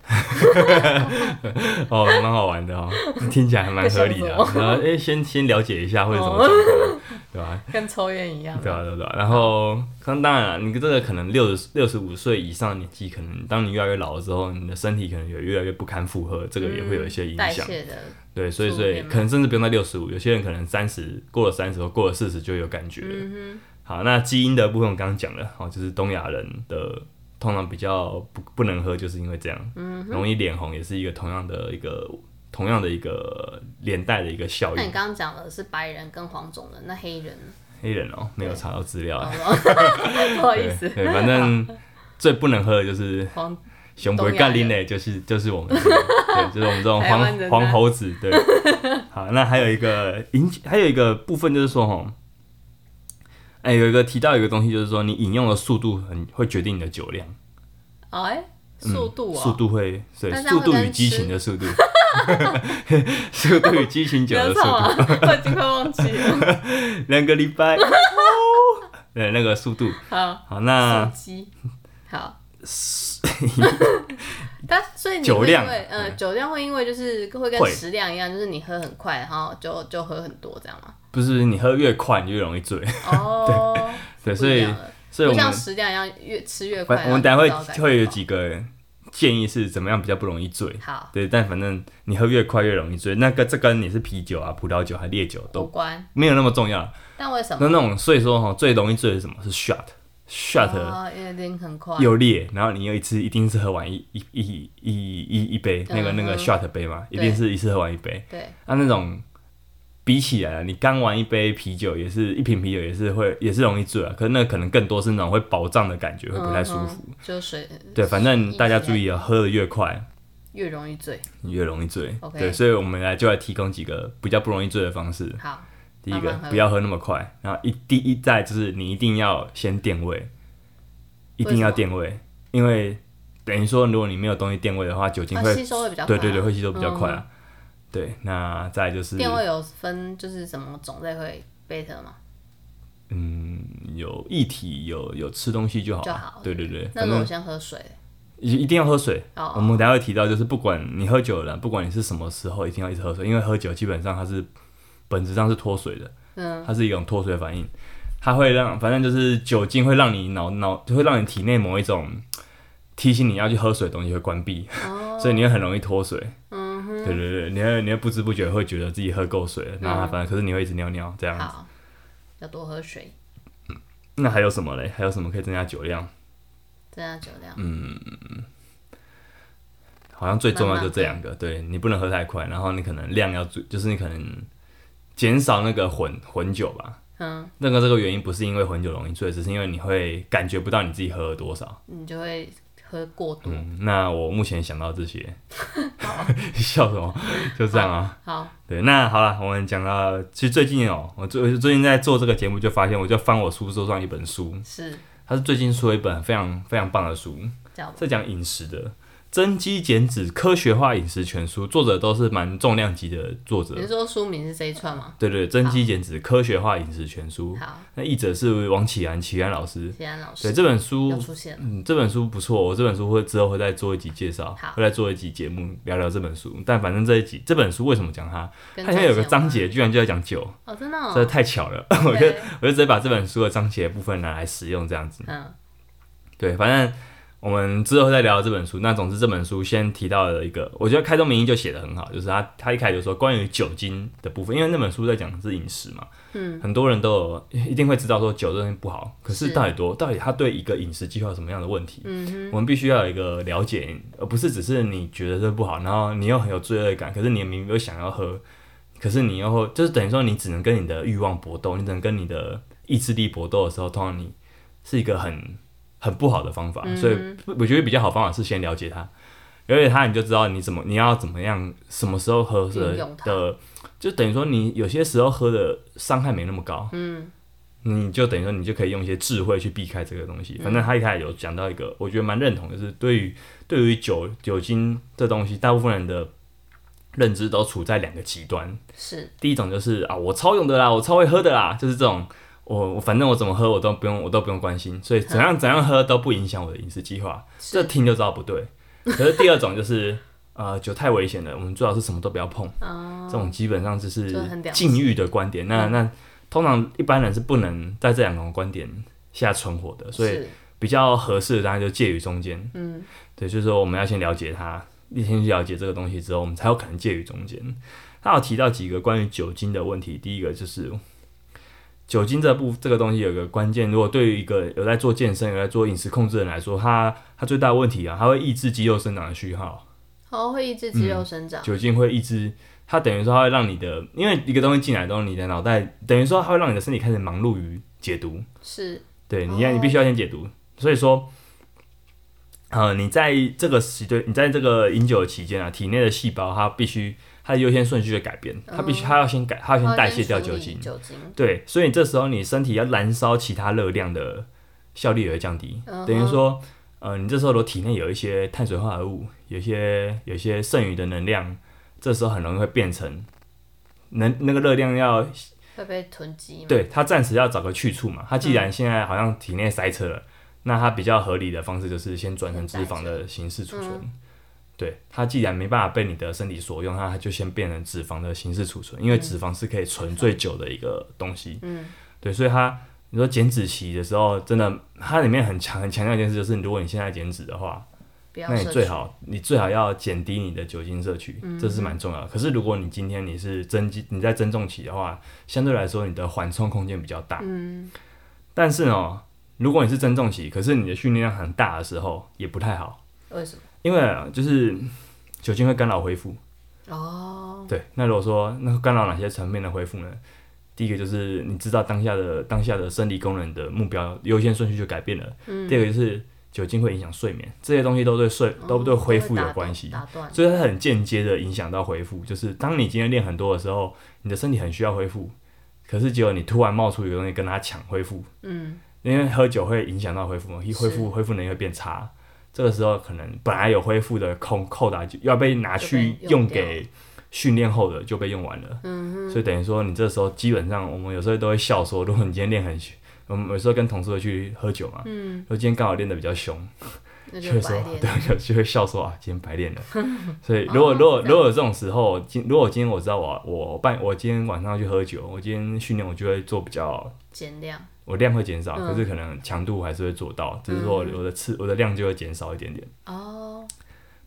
Speaker 1: 哦，蛮好玩的哦，听起来还蛮合理的啊、然后，哎、先先了解一下会有什么状况，对吧、
Speaker 2: 跟抽烟一样。
Speaker 1: 对啊，对啊对啊。然后，当当然了，你这个可能六十六十五岁以上的年纪，可能当你越来越老了之后，你的身体可能也越来越不堪负荷，这个也会有一些影
Speaker 2: 嗯代
Speaker 1: 响。
Speaker 2: 谢的，
Speaker 1: 对，所以
Speaker 2: 负
Speaker 1: 所以
Speaker 2: 面嘛
Speaker 1: 可能甚至不用到六十五，有些人可能三十过了三十或过了四十就有感觉了。
Speaker 2: 嗯
Speaker 1: 好，那基因的部分我刚刚讲了，哦，就是东亚人的通常比较不不能喝，就是因为这样，
Speaker 2: 嗯
Speaker 1: 容易脸红，也是一个同样的一个同样的一个连带的一个
Speaker 2: 哼。
Speaker 1: 效
Speaker 2: 那你
Speaker 1: 应。
Speaker 2: 刚刚讲的是白人跟黄种人，那黑人呢，
Speaker 1: 黑人哦，没有查到资料啊，
Speaker 2: 不好意
Speaker 1: 对
Speaker 2: 思，
Speaker 1: 对，反正最不能喝的就是
Speaker 2: 黄
Speaker 1: 熊不会干拎嘞，就是就是我们， 对，就是我们这种
Speaker 2: 台湾
Speaker 1: 黄
Speaker 2: 人啊
Speaker 1: 黄猴子， 对。好，那还有一个引起，还有一个部分就是说，吼，哎、有一个提到一个东西，就是说你饮用的速度很会决定你的酒量，
Speaker 2: 哦哎，速度
Speaker 1: 嗯、
Speaker 2: 哦，
Speaker 1: 速度会对，
Speaker 2: 那这样
Speaker 1: 速度
Speaker 2: 会跟
Speaker 1: 与激情的速度， 速度与激情酒的
Speaker 2: 没
Speaker 1: 速度
Speaker 2: 错，啊， 我已经快忘记 了。
Speaker 1: 两个礼拜， 哦对，那个速度。
Speaker 2: 好，
Speaker 1: 好，那
Speaker 2: 手机，好。但所以你会
Speaker 1: 酒量哎
Speaker 2: 因为呃，酒量会因为就是会跟
Speaker 1: 会
Speaker 2: 食量一样，就是你喝很快，然后就就喝很多这样 嘛。
Speaker 1: 不是你喝越快，你越容易醉，
Speaker 2: 哦，
Speaker 1: 对，
Speaker 2: 不
Speaker 1: 所
Speaker 2: 一
Speaker 1: 以
Speaker 2: 样了
Speaker 1: 所以
Speaker 2: 不
Speaker 1: 我们
Speaker 2: 像食量一样，越吃越快。
Speaker 1: 反我们等下会
Speaker 2: 然后就不知道
Speaker 1: 会有
Speaker 2: 感觉
Speaker 1: 几个建议是怎么样比较不容易醉。
Speaker 2: 好
Speaker 1: 对，但反正你喝越快越容易醉，那个这跟你是啤酒啊、葡萄酒还烈酒
Speaker 2: 无
Speaker 1: 都
Speaker 2: 关，
Speaker 1: 没有那么重要。
Speaker 2: 但为什
Speaker 1: 那
Speaker 2: 么？
Speaker 1: 那种所以说哈，最容易醉的是什么？是 shot，shot
Speaker 2: 哦，因为零很快，
Speaker 1: 又烈，然后你又一次一定是喝完一一一一一一一杯那个
Speaker 2: 嗯哼
Speaker 1: 那个 shot 杯嘛，一定是一次喝完一杯。啊
Speaker 2: 对，
Speaker 1: 那那种比起来啊，你刚玩一杯啤酒也是一瓶啤酒也是会也是容易醉啊，可是那可能更多是那种会饱胀的感觉，会不太舒服。
Speaker 2: 嗯哼，就水
Speaker 1: 对，反正大家注
Speaker 2: 一起
Speaker 1: 意啊，喝的越快，
Speaker 2: 来越容易醉。
Speaker 1: 你越容易醉。
Speaker 2: OK
Speaker 1: 对，所以我们来就来提供几个比较不容易醉的方式。
Speaker 2: 好，
Speaker 1: 第一个
Speaker 2: 慢慢，喝
Speaker 1: 不要喝那么快。然后一第一再就是你一定要先垫位，一定要垫位，因为等于说，如果你没有东西垫位的话，酒精
Speaker 2: 它
Speaker 1: 会
Speaker 2: 吸收会比较快
Speaker 1: 对
Speaker 2: 啊
Speaker 1: 对对，会吸收比较快
Speaker 2: 嗯
Speaker 1: 啊。对，那再来就是
Speaker 2: 电位有分就是什么种类会 better 吗？
Speaker 1: 嗯，有液体，有有吃东西就好
Speaker 2: 就
Speaker 1: 了。
Speaker 2: 好
Speaker 1: 对对对，
Speaker 2: 那
Speaker 1: 反
Speaker 2: 如果
Speaker 1: 正
Speaker 2: 先喝水，
Speaker 1: 一一定要喝水。
Speaker 2: 哦
Speaker 1: 我们等一下会提到，就是不管你喝酒了，不管你是什么时候，一定要一直喝水，因为喝酒基本上它是本质上是脱水的，
Speaker 2: 嗯，
Speaker 1: 它是一种脱水反应，它会让反正就是酒精会让你脑脑就会让你体内某一种提醒你要去喝水的东西会关闭，所以你会很容易脱水。
Speaker 2: 哦嗯哼，
Speaker 1: 对对对，你会你会不知不觉会觉得自己喝够水了，那
Speaker 2: 嗯
Speaker 1: 反正可是你会一直尿尿这样子。
Speaker 2: 好，要多喝水，
Speaker 1: 那还有什么嘞？还有什么可以增加酒量？
Speaker 2: 增加酒
Speaker 1: 嗯
Speaker 2: 量。
Speaker 1: 好像最重要就这两个，对你不能喝太快，然后你可能量要注，就是你可能减少那个混混酒吧。
Speaker 2: 嗯，
Speaker 1: 那个这个原因不是因为混酒容易醉，只是因为你会感觉不到你自己喝了多少。
Speaker 2: 你就会喝过度。
Speaker 1: 嗯，那我目前想到这些， 笑什么？就这样啊。
Speaker 2: 好，
Speaker 1: 对，那好了，我们讲到，其实最近哦、我最最近在做这个节目，就发现我就翻我书桌上一本书，
Speaker 2: 是
Speaker 1: 它是最近出了一本非常非常棒的书，
Speaker 2: 这样吧。
Speaker 1: 在讲饮食的《增肌减脂科学化饮食全书》，作者都是蛮重量级的作者
Speaker 2: 你。是说书名是这一串吗？
Speaker 1: 对对，《增肌减脂科学化饮食全书》，
Speaker 2: 好，
Speaker 1: 那译者是王启安，启安老师。
Speaker 2: 谢安老
Speaker 1: 对
Speaker 2: 师
Speaker 1: 这本
Speaker 2: 又
Speaker 1: 书，
Speaker 2: 出现了。
Speaker 1: 嗯，这本书不错，我这本书会之后会再做一集介绍
Speaker 2: 好，
Speaker 1: 会再做一集节目聊聊这本书。但反正这一集这本书为什么讲它？
Speaker 2: 跟
Speaker 1: 它里面有嗯
Speaker 2: 周
Speaker 1: 个
Speaker 2: 杰伦
Speaker 1: 章节居然就在讲酒。
Speaker 2: 哦，真的
Speaker 1: 真的
Speaker 2: 哦。
Speaker 1: 太巧了，
Speaker 2: 我
Speaker 1: 就我就直接把这本书的章节部分拿来使用，这样子。
Speaker 2: 嗯，
Speaker 1: 对，反正我们之后再聊这本书。那总之，这本书先提到了一个，我觉得开宗明义就写得很好，就是他他一开始就说关于酒精的部分，因为那本书在讲的是饮食嘛，嗯，很多人都有一定会知道说酒这东西不好，可是
Speaker 2: 是
Speaker 1: 到底多到底它对一个饮食计划有什么样的问题？嗯我们必须要有一个了解，而不是只是你觉得这不好，然后你又很有罪恶感，可是你明明又想要喝。可是你又就是等于说，你只能跟你的欲望搏斗，你只能跟你的意志力搏斗的时候，通常你是一个很很不好的方
Speaker 2: 嗯
Speaker 1: 法，所以我觉得比较好方法是先了解它，了解它你就知道你怎么你要怎么样，什么时候喝
Speaker 2: 运
Speaker 1: 是
Speaker 2: 用它
Speaker 1: 的，就等于说你有些时候喝的伤害没那么高，嗯，你就等于说你就可以用一些智慧去避开这个东
Speaker 2: 嗯
Speaker 1: 西。反正他一开始有讲到一个，我觉得蛮认同的，就是对于对于酒酒精这东西，大部分人的认知都处在两个极端，
Speaker 2: 是
Speaker 1: 第一种就是啊，我超用的啦，我超会喝的啦，就是这种，我我反正我怎么喝我都不用，我都不用关心，所以怎样怎样喝都不影响我的饮食计划，这
Speaker 2: 嗯是，
Speaker 1: 听就知道不对。可是第二种就是，呃，酒太危险了，我们最好是什么都不要碰，
Speaker 2: 嗯，
Speaker 1: 这种基本上就是
Speaker 2: 就很了解嗯
Speaker 1: 禁欲的观点。那那通常一般人是不能在这两种观点下存活的，所以
Speaker 2: 是
Speaker 1: 比较合适的当然就介于中间。
Speaker 2: 嗯，
Speaker 1: 对，就是说我们要先了解它，先去了解这个东西之后，我们才有可能介于中间。他有提到几个关于酒精的问题，第一个就是酒精这部这个东西有个关键，如果对于一个有在做健身、有在做饮食控制的人来说，它它最大的问题啊，它会抑制肌肉生长的序号。
Speaker 2: 好，会抑制肌
Speaker 1: 嗯
Speaker 2: 肉生长。
Speaker 1: 酒精会抑制，它等于说它会让你的，因为一个东西进来之后，你的脑袋等于说它会让你的身体开始忙碌于解读，
Speaker 2: 是
Speaker 1: 对你
Speaker 2: 哦
Speaker 1: 要你必须要先解读，所以说，呃，你在这个时对，你在这个饮酒的期间啊，体内的细胞它必须它的优先顺序会改变，它必须它要先改，它要先代谢掉
Speaker 2: 哦它会
Speaker 1: 酒精
Speaker 2: 先处理，酒精
Speaker 1: 对，所以这时候你身体要燃烧其他热量的效率也会降低，
Speaker 2: 嗯哼
Speaker 1: 等于说，呃，你这时候如果体内有一些碳水化合物，有一些有一些剩余的能量，这时候很容易会变成能那个热量要
Speaker 2: 会被囤积嘛？
Speaker 1: 对他暂时要找个去处嘛。他既然现在好像体内塞车了，那他比较合理的方式就是先转成脂肪的形式储存。对，它既然没办法被你的身体所用，那它就先变成脂肪的形式储存，因为脂肪是可以存最久的一个东西。
Speaker 2: 嗯，
Speaker 1: 对，所以它你说减脂期的时候，真的它里面很强很强调一件事，就是如果你现在减脂的话，
Speaker 2: 不要
Speaker 1: 那你
Speaker 2: 摄
Speaker 1: 最
Speaker 2: 取嗯
Speaker 1: 好你最好要减低你的酒精摄取，这是蛮重要的。可是如果你今天你是增肌，你在增重期的话，相对来说你的缓冲空间比较大。
Speaker 2: 嗯，
Speaker 1: 但是呢，如果你是增重期，可是你的训练量很大的时候，也不太好，
Speaker 2: 为什么？
Speaker 1: 因为啊就是酒精会干扰恢复。
Speaker 2: 哦，
Speaker 1: 对，那如果说那干扰哪些层面的恢复呢？第一个就是你知道当下的当下的生理功能的目标优先顺序就改变了。第二个就是酒精会影响睡眠，这些东西都对睡、都对
Speaker 2: 嗯哦
Speaker 1: 恢
Speaker 2: 会
Speaker 1: 复
Speaker 2: 打
Speaker 1: 有
Speaker 2: 断
Speaker 1: 关系。
Speaker 2: 打断
Speaker 1: 所以它很间接的影响到恢复，就是当你今天练很多的时候，你的身体很需要恢复，可是结果你突然冒出一个东西跟它抢恢复，
Speaker 2: 嗯，
Speaker 1: 因为喝酒会影响到恢复嘛，一恢
Speaker 2: 是
Speaker 1: 复恢复能力会变差，这个时候可能本来有恢复的空扣打就要被拿去
Speaker 2: 就被用
Speaker 1: 用给训练后的就被用完了，
Speaker 2: 嗯
Speaker 1: 所以等于说你这时候基本上我们有时候都会笑说，如果你今天练很凶，我们有时候跟同事会去喝酒嘛，嗯，说今天刚好练得比较凶，
Speaker 2: 那
Speaker 1: 就
Speaker 2: 就
Speaker 1: 会
Speaker 2: 白
Speaker 1: 说
Speaker 2: 练。
Speaker 1: 啊
Speaker 2: 哦
Speaker 1: 对，就就会笑说啊，今天白 练了。所以如果如果如果有这种时候，今如果今天我知道我我半我今天晚上要去喝酒，我今天训练我就会做比较，
Speaker 2: 减量，
Speaker 1: 我量会减少，可
Speaker 2: 嗯
Speaker 1: 是可能强度还是会做到，只是说我的次我的量就会减少一点点。
Speaker 2: 哦，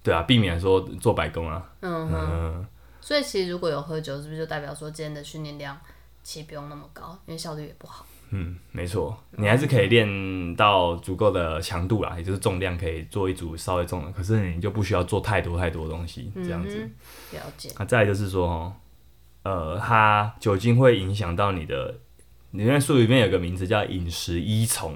Speaker 1: 对啊，避免说做白工啊。
Speaker 2: 嗯哼，
Speaker 1: 嗯，
Speaker 2: 所以其实如果有喝酒，是不是就代表说今天的训练量其实不用那么高，因为效率也不好。
Speaker 1: 嗯，没错，你还是可以练到足够的强度啦，也就是重量可以做一组稍微重的，可是你就不需要做太多太多东西这样子。
Speaker 2: 嗯哼了解，
Speaker 1: 那、再来就是说，哦，呃，它酒精会影响到你的，里面书里面有个名词叫饮食依从，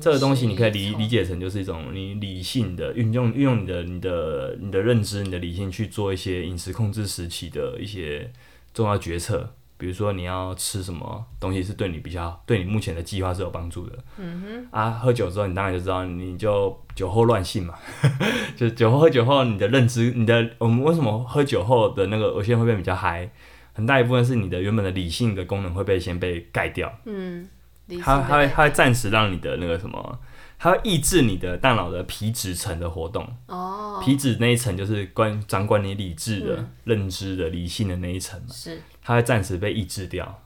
Speaker 1: 这个东西你可以理理解
Speaker 2: 解。
Speaker 1: 成就是一种你理性的运用，运用你的你的你的认知、你的理性去做一些饮食控制时期的一些重要决策，比如说你要吃什么东西是对你比较对你目前的计划是有帮助的。嗯哼。啊，喝酒之后你当然就知道，你就酒后乱性嘛， 就酒后喝酒后你的认知，你的我们为什么喝酒后的那个有些人会变比较嗨，很大一部分是你的原本的理性的功能会被先被盖掉。
Speaker 2: 嗯，理性
Speaker 1: 它它会
Speaker 2: 的
Speaker 1: 它会暂时让你的那个什么，它会抑制你的大脑的皮质层的活动。
Speaker 2: 哦，
Speaker 1: 皮质那一层就是关掌管你理智的、认知的、理性的那一层嘛，
Speaker 2: 是
Speaker 1: 它会暂时被抑制掉。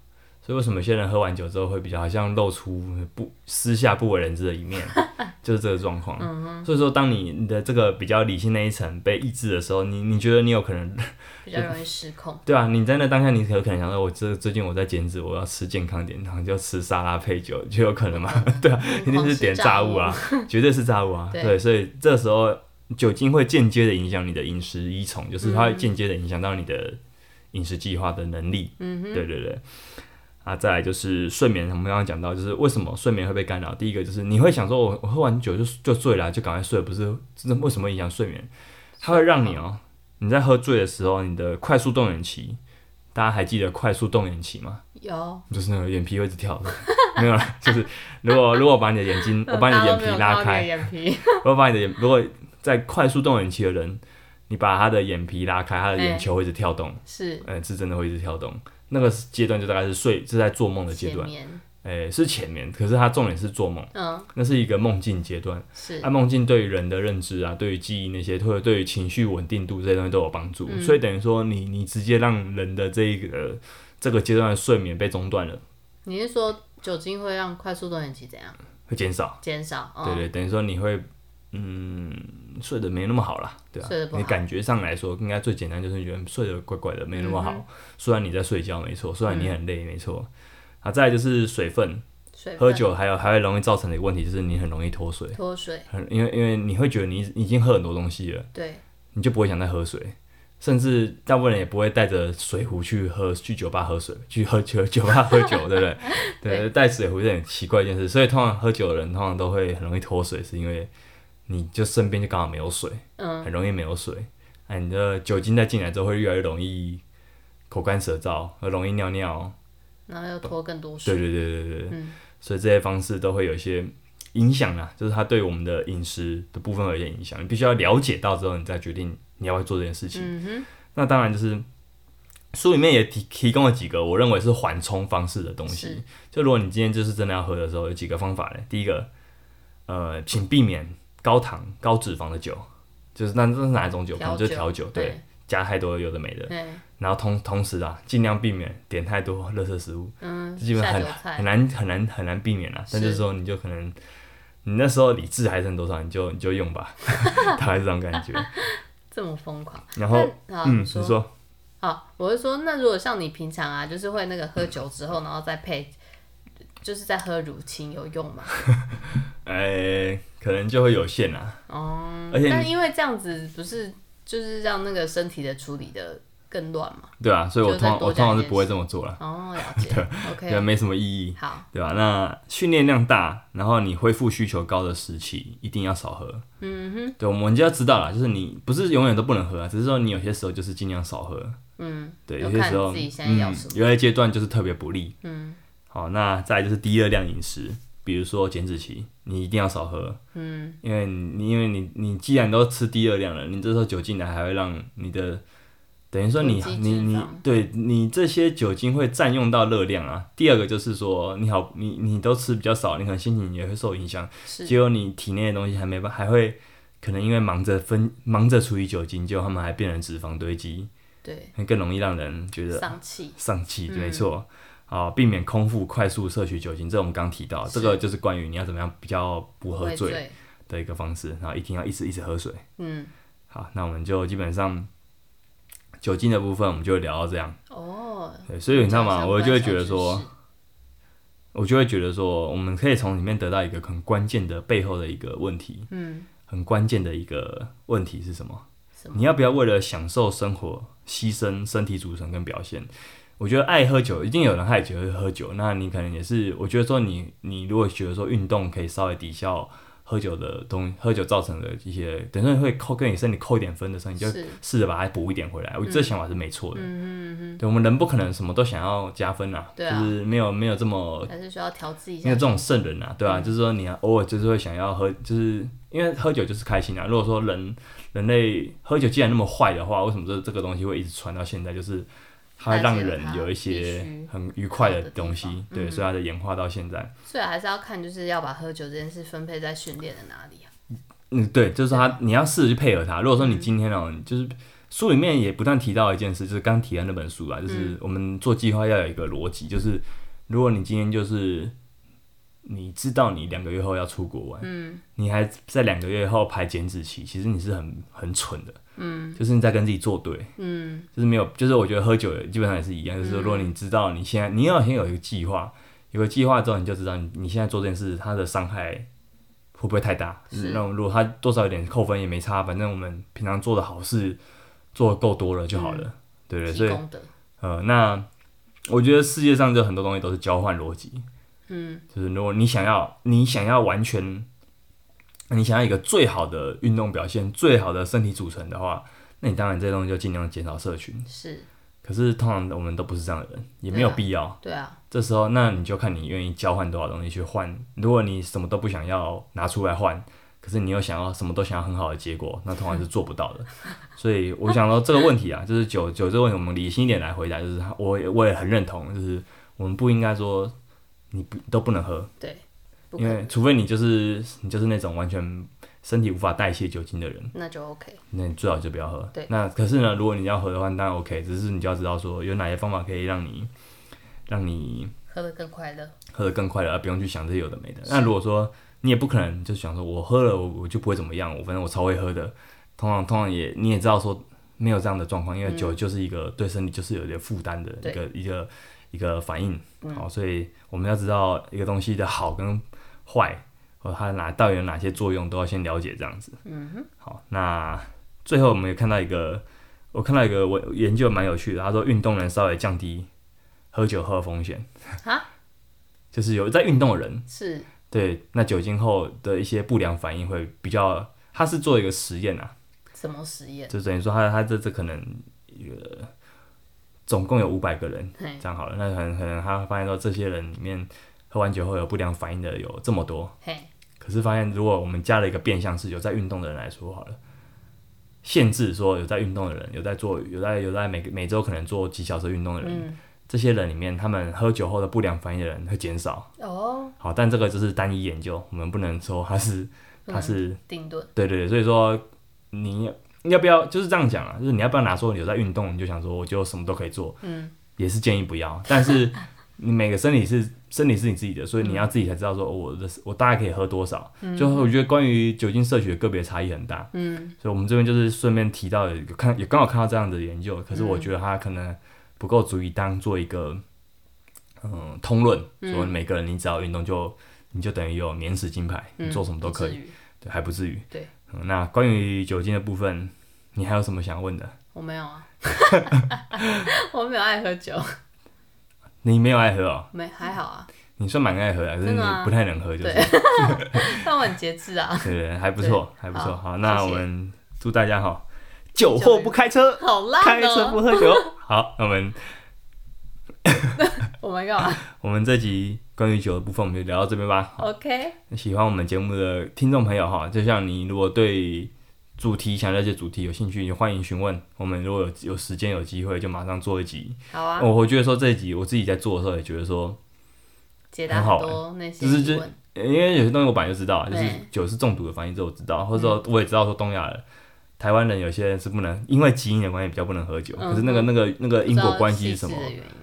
Speaker 1: 所以为什么有些人喝完酒之后会比较好像露出不私下不为人知的一面，就是这个状况。所以说，当你你的这个比较理性那一层被抑制的时候，你你觉得你有可能
Speaker 2: 比较容易失控。
Speaker 1: 对啊，你在那当下，你有可能想到，我这最近我在减脂，我要吃健康点，然后就吃沙拉配酒，就有可能嘛？对啊， 一定是点炸物啊，绝对是炸物啊。
Speaker 2: 对
Speaker 1: 对，所以这时候酒精会间接的影响你的饮食依从，就是它会间接的影响到你的饮食计划的能力。
Speaker 2: 嗯哼，
Speaker 1: 对对对。啊，再来就是睡眠，我们刚刚讲到，就是为什么睡眠会被干扰。第一个就是你会想说我，我喝完酒就就醉了啊、就赶快睡，不是？这为什么影响睡眠？它会让你哦、你在喝醉的时候，你的快速动眼期，大家还记得快速动眼期吗？
Speaker 2: 有，
Speaker 1: 就是那个眼皮会一直跳的， 没有啦，就是如果如果把你的眼睛，
Speaker 2: 嗯
Speaker 1: 我把你的眼皮拉开，
Speaker 2: 眼皮，
Speaker 1: 如果把你的眼，如果在快速动眼期的人，你把他的眼皮拉开，他的眼球会一直跳动。
Speaker 2: 是
Speaker 1: 嗯，是真的会一直跳动。那个阶段就大概是睡，是在做梦的阶
Speaker 2: 前
Speaker 1: 段，
Speaker 2: 面，
Speaker 1: 诶、是前面，可是它重点是做梦，
Speaker 2: 嗯，
Speaker 1: 那是一个梦境阶段。
Speaker 2: 是
Speaker 1: 那梦境对于人的认知啊，对于记忆那些，或者对于情绪稳定度这些东西都有帮助。
Speaker 2: 嗯
Speaker 1: 所以等于说你，你直接让人的这一个、呃这个阶段的睡眠被中断了，
Speaker 2: 你是说酒精会让快速动眼期怎样
Speaker 1: 会减少。
Speaker 2: 减少？哦
Speaker 1: 对对，等于说你会，嗯，睡得没那么好啦，对啊
Speaker 2: 睡得不，好
Speaker 1: 你感觉上来说，应该最简单就是觉得睡得怪怪的，没那
Speaker 2: 嗯
Speaker 1: 么好。虽然你在睡觉，没错，虽然你很累，没错。啊，再来就是水分，
Speaker 2: 水
Speaker 1: 喝
Speaker 2: 分
Speaker 1: 酒还有还会容易造成的一个问题就是你很容易脱水，
Speaker 2: 脱水，
Speaker 1: 很因为因为你会觉得你已经喝很多东西了，
Speaker 2: 对，
Speaker 1: 你就不会想再喝水，甚至大部分人也不会带着水壶去喝去酒吧喝水，去喝酒酒吧喝酒，对不对？对，带水壶是很奇怪一件事，所以通常喝酒的人通常都会很容易脱水，是因为你就身边就刚好没有水，
Speaker 2: 嗯，
Speaker 1: 很容易没有水，哎、你的酒精再进来之后会越来越容易口干舌燥，和容易尿尿，
Speaker 2: 然后又脱更多
Speaker 1: 对
Speaker 2: 水，
Speaker 1: 对对对对，
Speaker 2: 嗯
Speaker 1: 所以这些方式都会有一些影响啊，就是它对我们的饮食的部分有一些影响，你必须要了解到之后，你再决定你要不要做这件事情。
Speaker 2: 嗯
Speaker 1: 那当然就是书里面也提提供了几个我认为是缓冲方式的东西
Speaker 2: 是。
Speaker 1: 就如果你今天就是真的要喝的时候，有几个方法呢？第一个，呃，请避免高糖高脂肪的酒，就是那那是哪一种酒？
Speaker 2: 哼，
Speaker 1: 可能
Speaker 2: 调
Speaker 1: 就是调酒，对，
Speaker 2: 对
Speaker 1: 加太多有的没的。
Speaker 2: 对，
Speaker 1: 然后同同时啊，尽量避免点太多垃圾食物，
Speaker 2: 嗯，
Speaker 1: 这基本上
Speaker 2: 下
Speaker 1: 很
Speaker 2: 酒
Speaker 1: 很
Speaker 2: 菜，
Speaker 1: 难很难很难避免啦。但就是
Speaker 2: 是
Speaker 1: 说，你就可能你那时候理智还剩多少，你就你就用 吧，大概是这种感觉。
Speaker 2: 这么疯狂。
Speaker 1: 然后，
Speaker 2: 那好，
Speaker 1: 嗯，
Speaker 2: 你
Speaker 1: 你
Speaker 2: 说
Speaker 1: 说。
Speaker 2: 好，我是说，那如果像你平常啊，就是会那个喝酒之后，然后再配，就是在喝乳清有用吗？
Speaker 1: 哎、可能就会有限啦。
Speaker 2: 哦、
Speaker 1: 而且你
Speaker 2: 但因为这样子不是就是让那个身体的处理的更乱嘛？
Speaker 1: 对啊，所以我
Speaker 2: 就
Speaker 1: 通
Speaker 2: 再
Speaker 1: 常
Speaker 2: 多
Speaker 1: 我通常
Speaker 2: 加一
Speaker 1: 是
Speaker 2: 点
Speaker 1: 不会这么做啦，
Speaker 2: 哦，了解。
Speaker 1: 对啊，
Speaker 2: OK，
Speaker 1: 没什么意义，
Speaker 2: 好，
Speaker 1: 对吧、那训练量大，然后你恢复需求高的时期，一定要少喝。嗯哼，对，我们就要知道啦，就是你不是永远都不能喝啊，只是说你有些时候就是尽量少喝。
Speaker 2: 嗯，
Speaker 1: 对，
Speaker 2: 要
Speaker 1: 有些
Speaker 2: 看
Speaker 1: 时候，
Speaker 2: 自己现在要
Speaker 1: 嗯
Speaker 2: 什么，
Speaker 1: 有些阶段就是特别不利。嗯，好，那再来就是低热量饮食，比如说减脂期，你一定要少喝，嗯，因为你因为你你既然都吃低热量了，你这时候酒进来还会让你的，等于说你
Speaker 2: 囤积
Speaker 1: 你
Speaker 2: 脂
Speaker 1: 你
Speaker 2: 肪
Speaker 1: 对你这些酒精会占用到热量啊。第二个就是说，你好你你都吃比较少，你可能心情也会受影响，
Speaker 2: 是
Speaker 1: 结果你体内的东西还没办还会。可能因为忙着分忙着处理酒精，结果他们还变成脂肪堆积，
Speaker 2: 对
Speaker 1: 更容易让人觉得
Speaker 2: 丧气，
Speaker 1: 上气，
Speaker 2: 嗯
Speaker 1: 没错。啊，避免空腹快速摄取酒精，这我们刚刚提到，这个就是关于你要怎么样比较不
Speaker 2: 不
Speaker 1: 喝
Speaker 2: 会
Speaker 1: 醉，的一个方式，然后一定要一直一直喝水。
Speaker 2: 嗯，
Speaker 1: 好，那我们就基本上酒精的部分我们就聊到这样。
Speaker 2: 哦，
Speaker 1: 对，所以你知道
Speaker 2: 这
Speaker 1: 吗？
Speaker 2: 样
Speaker 1: 我就会觉得
Speaker 2: 相
Speaker 1: 说
Speaker 2: 关，
Speaker 1: 我就会觉得说，我们可以从里面得到一个很关键的背后的一个问题，
Speaker 2: 嗯，
Speaker 1: 很关键的一个问题是什么？
Speaker 2: 什么
Speaker 1: 你要不要为了享受生活牺牲身体组成跟表现？我觉得爱喝酒，一定有人爱酒会喝酒。那你可能也是，我觉得说你你如果觉得说运动可以稍微抵消喝酒的东喝酒造成的一些，等于说会扣跟你身体扣一点分的时候，你就是试着把它补一点回来。我觉得这想法是没错的。
Speaker 2: 嗯嗯嗯
Speaker 1: 对，我们人不可能什么都想要加分啊，
Speaker 2: 对啊
Speaker 1: 就是没有没有这么
Speaker 2: 嗯，还是需要调剂一
Speaker 1: 没有
Speaker 2: 下
Speaker 1: 这，种圣人啊，
Speaker 2: 嗯
Speaker 1: 对啊，就是说你、啊、偶尔就是会想要喝，就是因为喝酒就是开心啊。如果说人人类喝酒既然那么坏的话，为什么这这个东西会一直传到现在？就是它会让人有一些很愉快的东
Speaker 2: 它必须
Speaker 1: 西
Speaker 2: 好的地，方
Speaker 1: 对，
Speaker 2: 嗯
Speaker 1: 所以它的演化到现在，
Speaker 2: 所以还是要看就是要把喝酒这件事分配在训练的哪里啊，
Speaker 1: 嗯，对，就是它你要试着去配合它。如果
Speaker 2: 嗯
Speaker 1: 说你今天哦、你就是书里面也不断提到一件事，就是刚提到那本书啊，
Speaker 2: 嗯
Speaker 1: 就是我们做计划要有一个逻辑，就是如果你今天就是你知道你两个月后要出国玩，
Speaker 2: 嗯，
Speaker 1: 你还在两个月后排减脂期，其实你是很很蠢的，嗯，就是你在跟自己作对，
Speaker 2: 嗯，
Speaker 1: 就是没有，就是我觉得喝酒也基本上也是一样，就是说如果你知道你现在你要先有一个计划，有个计划之后你就知道你你现在做这件事它的伤害会不会太大，
Speaker 2: 是
Speaker 1: 那如果它多少有点扣分也没差，反正我们平常做的好事做的够多了就好了，
Speaker 2: 嗯
Speaker 1: 对不对？所
Speaker 2: 提
Speaker 1: 以
Speaker 2: 供的，
Speaker 1: 呃，那我觉得世界上就很多东西都是交换逻辑，
Speaker 2: 嗯，
Speaker 1: 就是如果你想要，你想要完全，你想要一个最好的运动表现、最好的身体组成的话，那你当然这东西就尽量减少社群。
Speaker 2: 是
Speaker 1: 可是通常我们都不是这样的人，也没有
Speaker 2: 对啊
Speaker 1: 必要。
Speaker 2: 对啊，
Speaker 1: 这时候，那你就看你愿意交换多少东西去换。如果你什么都不想要拿出来换，可是你又想要什么都想要很好的结果，那通常是做不到 的。所以我想说这个问题啊，就是酒酒这个问题，我们理性一点来回答，就是我也我也很认同，就是我们不应该说你不都不能喝，
Speaker 2: 对，不可
Speaker 1: 因为除非你就是你就是那种完全身体无法代谢酒精的人。
Speaker 2: 那就 OK，
Speaker 1: 那你最好就不要喝。
Speaker 2: 对
Speaker 1: 那可是呢，如果你要喝的话，当然 OK，只是你就要知道说有哪些方法可以让你让你
Speaker 2: 喝得更快乐，
Speaker 1: 喝得更快乐，而啊不用去想这些有的没的。那如果说你也不可能就想说我喝了我我就不会怎么样，我反正我超会喝的。通常通常也你也知道说没有这样的状况，因为酒就是一个对身体就是有点负担的
Speaker 2: 嗯对嗯
Speaker 1: 一个一个一个反应。好，所以我们要知道一个东西的好跟坏，和它哪到底有哪些作用，都要先了解这样子。
Speaker 2: 嗯哼，
Speaker 1: 好，那最后我们也看到一个，我看到一个我研究蛮有趣的，他说运动能稍微降低喝酒后的风险
Speaker 2: 啊，
Speaker 1: 就是有在运动的人，
Speaker 2: 是
Speaker 1: 对那酒精后的一些不良反应会比较，他是做一个实验啊，
Speaker 2: 什么实验？
Speaker 1: 就等于说他他这这可能呃，总共有五百个人，
Speaker 2: 嘿，
Speaker 1: 这样好了，那可能可能他发现说这些人里面喝完酒后有不良反应的有这么多，
Speaker 2: 嘿，
Speaker 1: 可是发现，如果我们加了一个变相是有在运动的人来说好了，限制说有在运动的人，有在做有在有在每个每周可能做几小时运动的人，
Speaker 2: 嗯，
Speaker 1: 这些人里面，他们喝酒后的不良反应的人会减少。
Speaker 2: 哦，
Speaker 1: 好，但这个就是单一研究，我们不能说它是它是、
Speaker 2: 定论，
Speaker 1: 对对对，所以说你要不要就是这样讲啊？就是你要不要拿说你有在运动，你就想说我就什么都可以做，
Speaker 2: 嗯，
Speaker 1: 也是建议不要。但是 你每个身体是身体是你自己的，所以你要自己才知道说、哦我的我大概可以喝多少。就我觉得关于酒精摄取的个别差异很大，
Speaker 2: 嗯，
Speaker 1: 所以我们这边就是顺便提到有看也刚好看到这样的研究，可是
Speaker 2: 嗯
Speaker 1: 我觉得它可能不够足以当做一个嗯通论，说每个人你只要运动就你就等于有免死金牌，你
Speaker 2: 嗯
Speaker 1: 做什么都可以。，
Speaker 2: 不至于
Speaker 1: 对，还不至于。
Speaker 2: 对
Speaker 1: 嗯、那关于酒精的部分，你还有什么想问的？
Speaker 2: 我没有啊， 我没有爱喝酒，
Speaker 1: 你没有爱喝哦，
Speaker 2: 没还好啊，
Speaker 1: 你算蛮爱喝的，可是
Speaker 2: 真
Speaker 1: 你
Speaker 2: 的吗
Speaker 1: 不太能喝，就是
Speaker 2: 对但我很节制啊，
Speaker 1: 对对，还不错，还不错。
Speaker 2: 好
Speaker 1: 好，那
Speaker 2: 谢
Speaker 1: 我
Speaker 2: 谢
Speaker 1: 们祝大家哈，酒后不开车，
Speaker 2: 好
Speaker 1: 开
Speaker 2: 烂
Speaker 1: 车
Speaker 2: 哦、
Speaker 1: 不喝酒。好，那我们
Speaker 2: 我们干嘛？
Speaker 1: 我们这集关于酒的部分，我们就聊到这边吧。
Speaker 2: OK，
Speaker 1: 喜欢我们节目的听众朋友哈，就像你如果对主题想了解主题有兴趣，也欢迎询问。我们如果有有时间有机会，就马上做一集。
Speaker 2: 好啊，
Speaker 1: 我我觉得说这一集我自己在做的时候也觉得说，
Speaker 2: 解答很多那
Speaker 1: 欸
Speaker 2: 些
Speaker 1: 就是
Speaker 2: 疑
Speaker 1: 这
Speaker 2: 问。
Speaker 1: 呃因为有些东西我本来就知道，就是
Speaker 2: 对嗯
Speaker 1: 酒是中毒的反应，这我知道，或者说我也知道说东亚人。台湾人有些人是不能，因为基因的关系比较不能喝酒，
Speaker 2: 嗯
Speaker 1: 可是那个那个那个因果关系是什么
Speaker 2: 不知？道细致的原 因？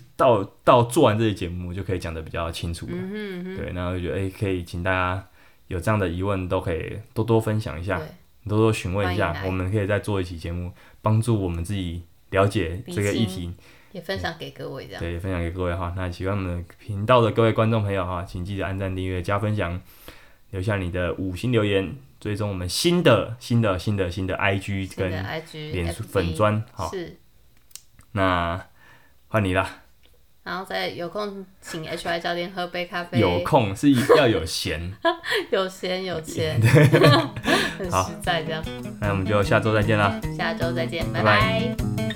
Speaker 2: 嗯
Speaker 1: 到到做完这期节目就可以讲的比较清楚了。
Speaker 2: 嗯哼嗯哼，
Speaker 1: 对，然后就觉得哎、诶可以请大家有这样的疑问都可以多多分享一下，
Speaker 2: 对，
Speaker 1: 多多询问一
Speaker 2: 欢迎
Speaker 1: 下，
Speaker 2: 来
Speaker 1: 我们可以再做一期节目，帮助我们自己了解这个
Speaker 2: 理
Speaker 1: 议
Speaker 2: 清
Speaker 1: 题，
Speaker 2: 也分
Speaker 1: 嗯
Speaker 2: 享给各位这样。
Speaker 1: 对，分享给各位哈。那喜欢我们的频道的各位观众朋友哈，请记得按赞、订阅、加分享，留下你的五星留言，追踪我们新的新的新的新 的 IG
Speaker 2: 新的
Speaker 1: 跟
Speaker 2: IG
Speaker 1: 脸书
Speaker 2: FB
Speaker 1: 粉砖好，
Speaker 2: 是，
Speaker 1: 那换你啦，
Speaker 2: 然后再有空请 HY 教练喝杯咖啡，
Speaker 1: 有空是要有闲，
Speaker 2: 有闲有 钱，很
Speaker 1: 好
Speaker 2: 实在这样。
Speaker 1: 那我们就下周再见啦。
Speaker 2: 下周再见，
Speaker 1: 拜
Speaker 2: 拜
Speaker 1: 拜
Speaker 2: 拜